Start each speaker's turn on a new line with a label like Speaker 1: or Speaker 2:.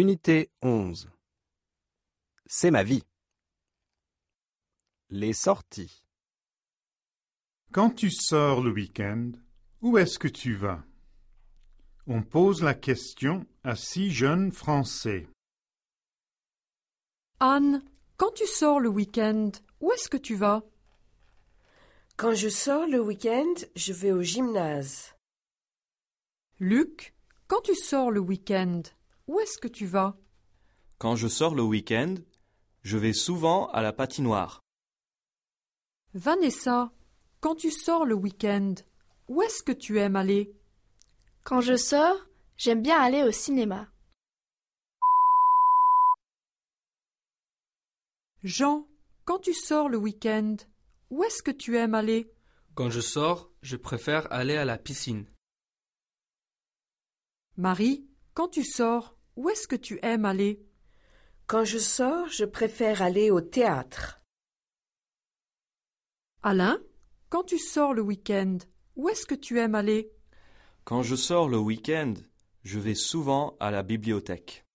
Speaker 1: Unité 11 C'est ma vie. Les sorties.
Speaker 2: Quand tu sors le week-end, où est-ce que tu vas On pose la question à six jeunes Français.
Speaker 3: Anne, quand tu sors le week-end, où est-ce que tu vas
Speaker 4: Quand je sors le week-end, je vais au gymnase.
Speaker 3: Luc, quand tu sors le week-end, où est-ce que tu vas
Speaker 5: Quand je sors le week-end, je vais souvent à la patinoire.
Speaker 3: Vanessa, quand tu sors le week-end, où est-ce que tu aimes aller
Speaker 6: Quand je sors, j'aime bien aller au cinéma.
Speaker 3: Jean, quand tu sors le week-end, où est-ce que tu aimes aller
Speaker 7: Quand je sors, je préfère aller à la piscine.
Speaker 3: Marie, quand tu sors, où est-ce que tu aimes aller
Speaker 4: Quand je sors, je préfère aller au théâtre.
Speaker 3: Alain, quand tu sors le week-end, où est-ce que tu aimes aller
Speaker 5: Quand je sors le week-end, je vais souvent à la bibliothèque.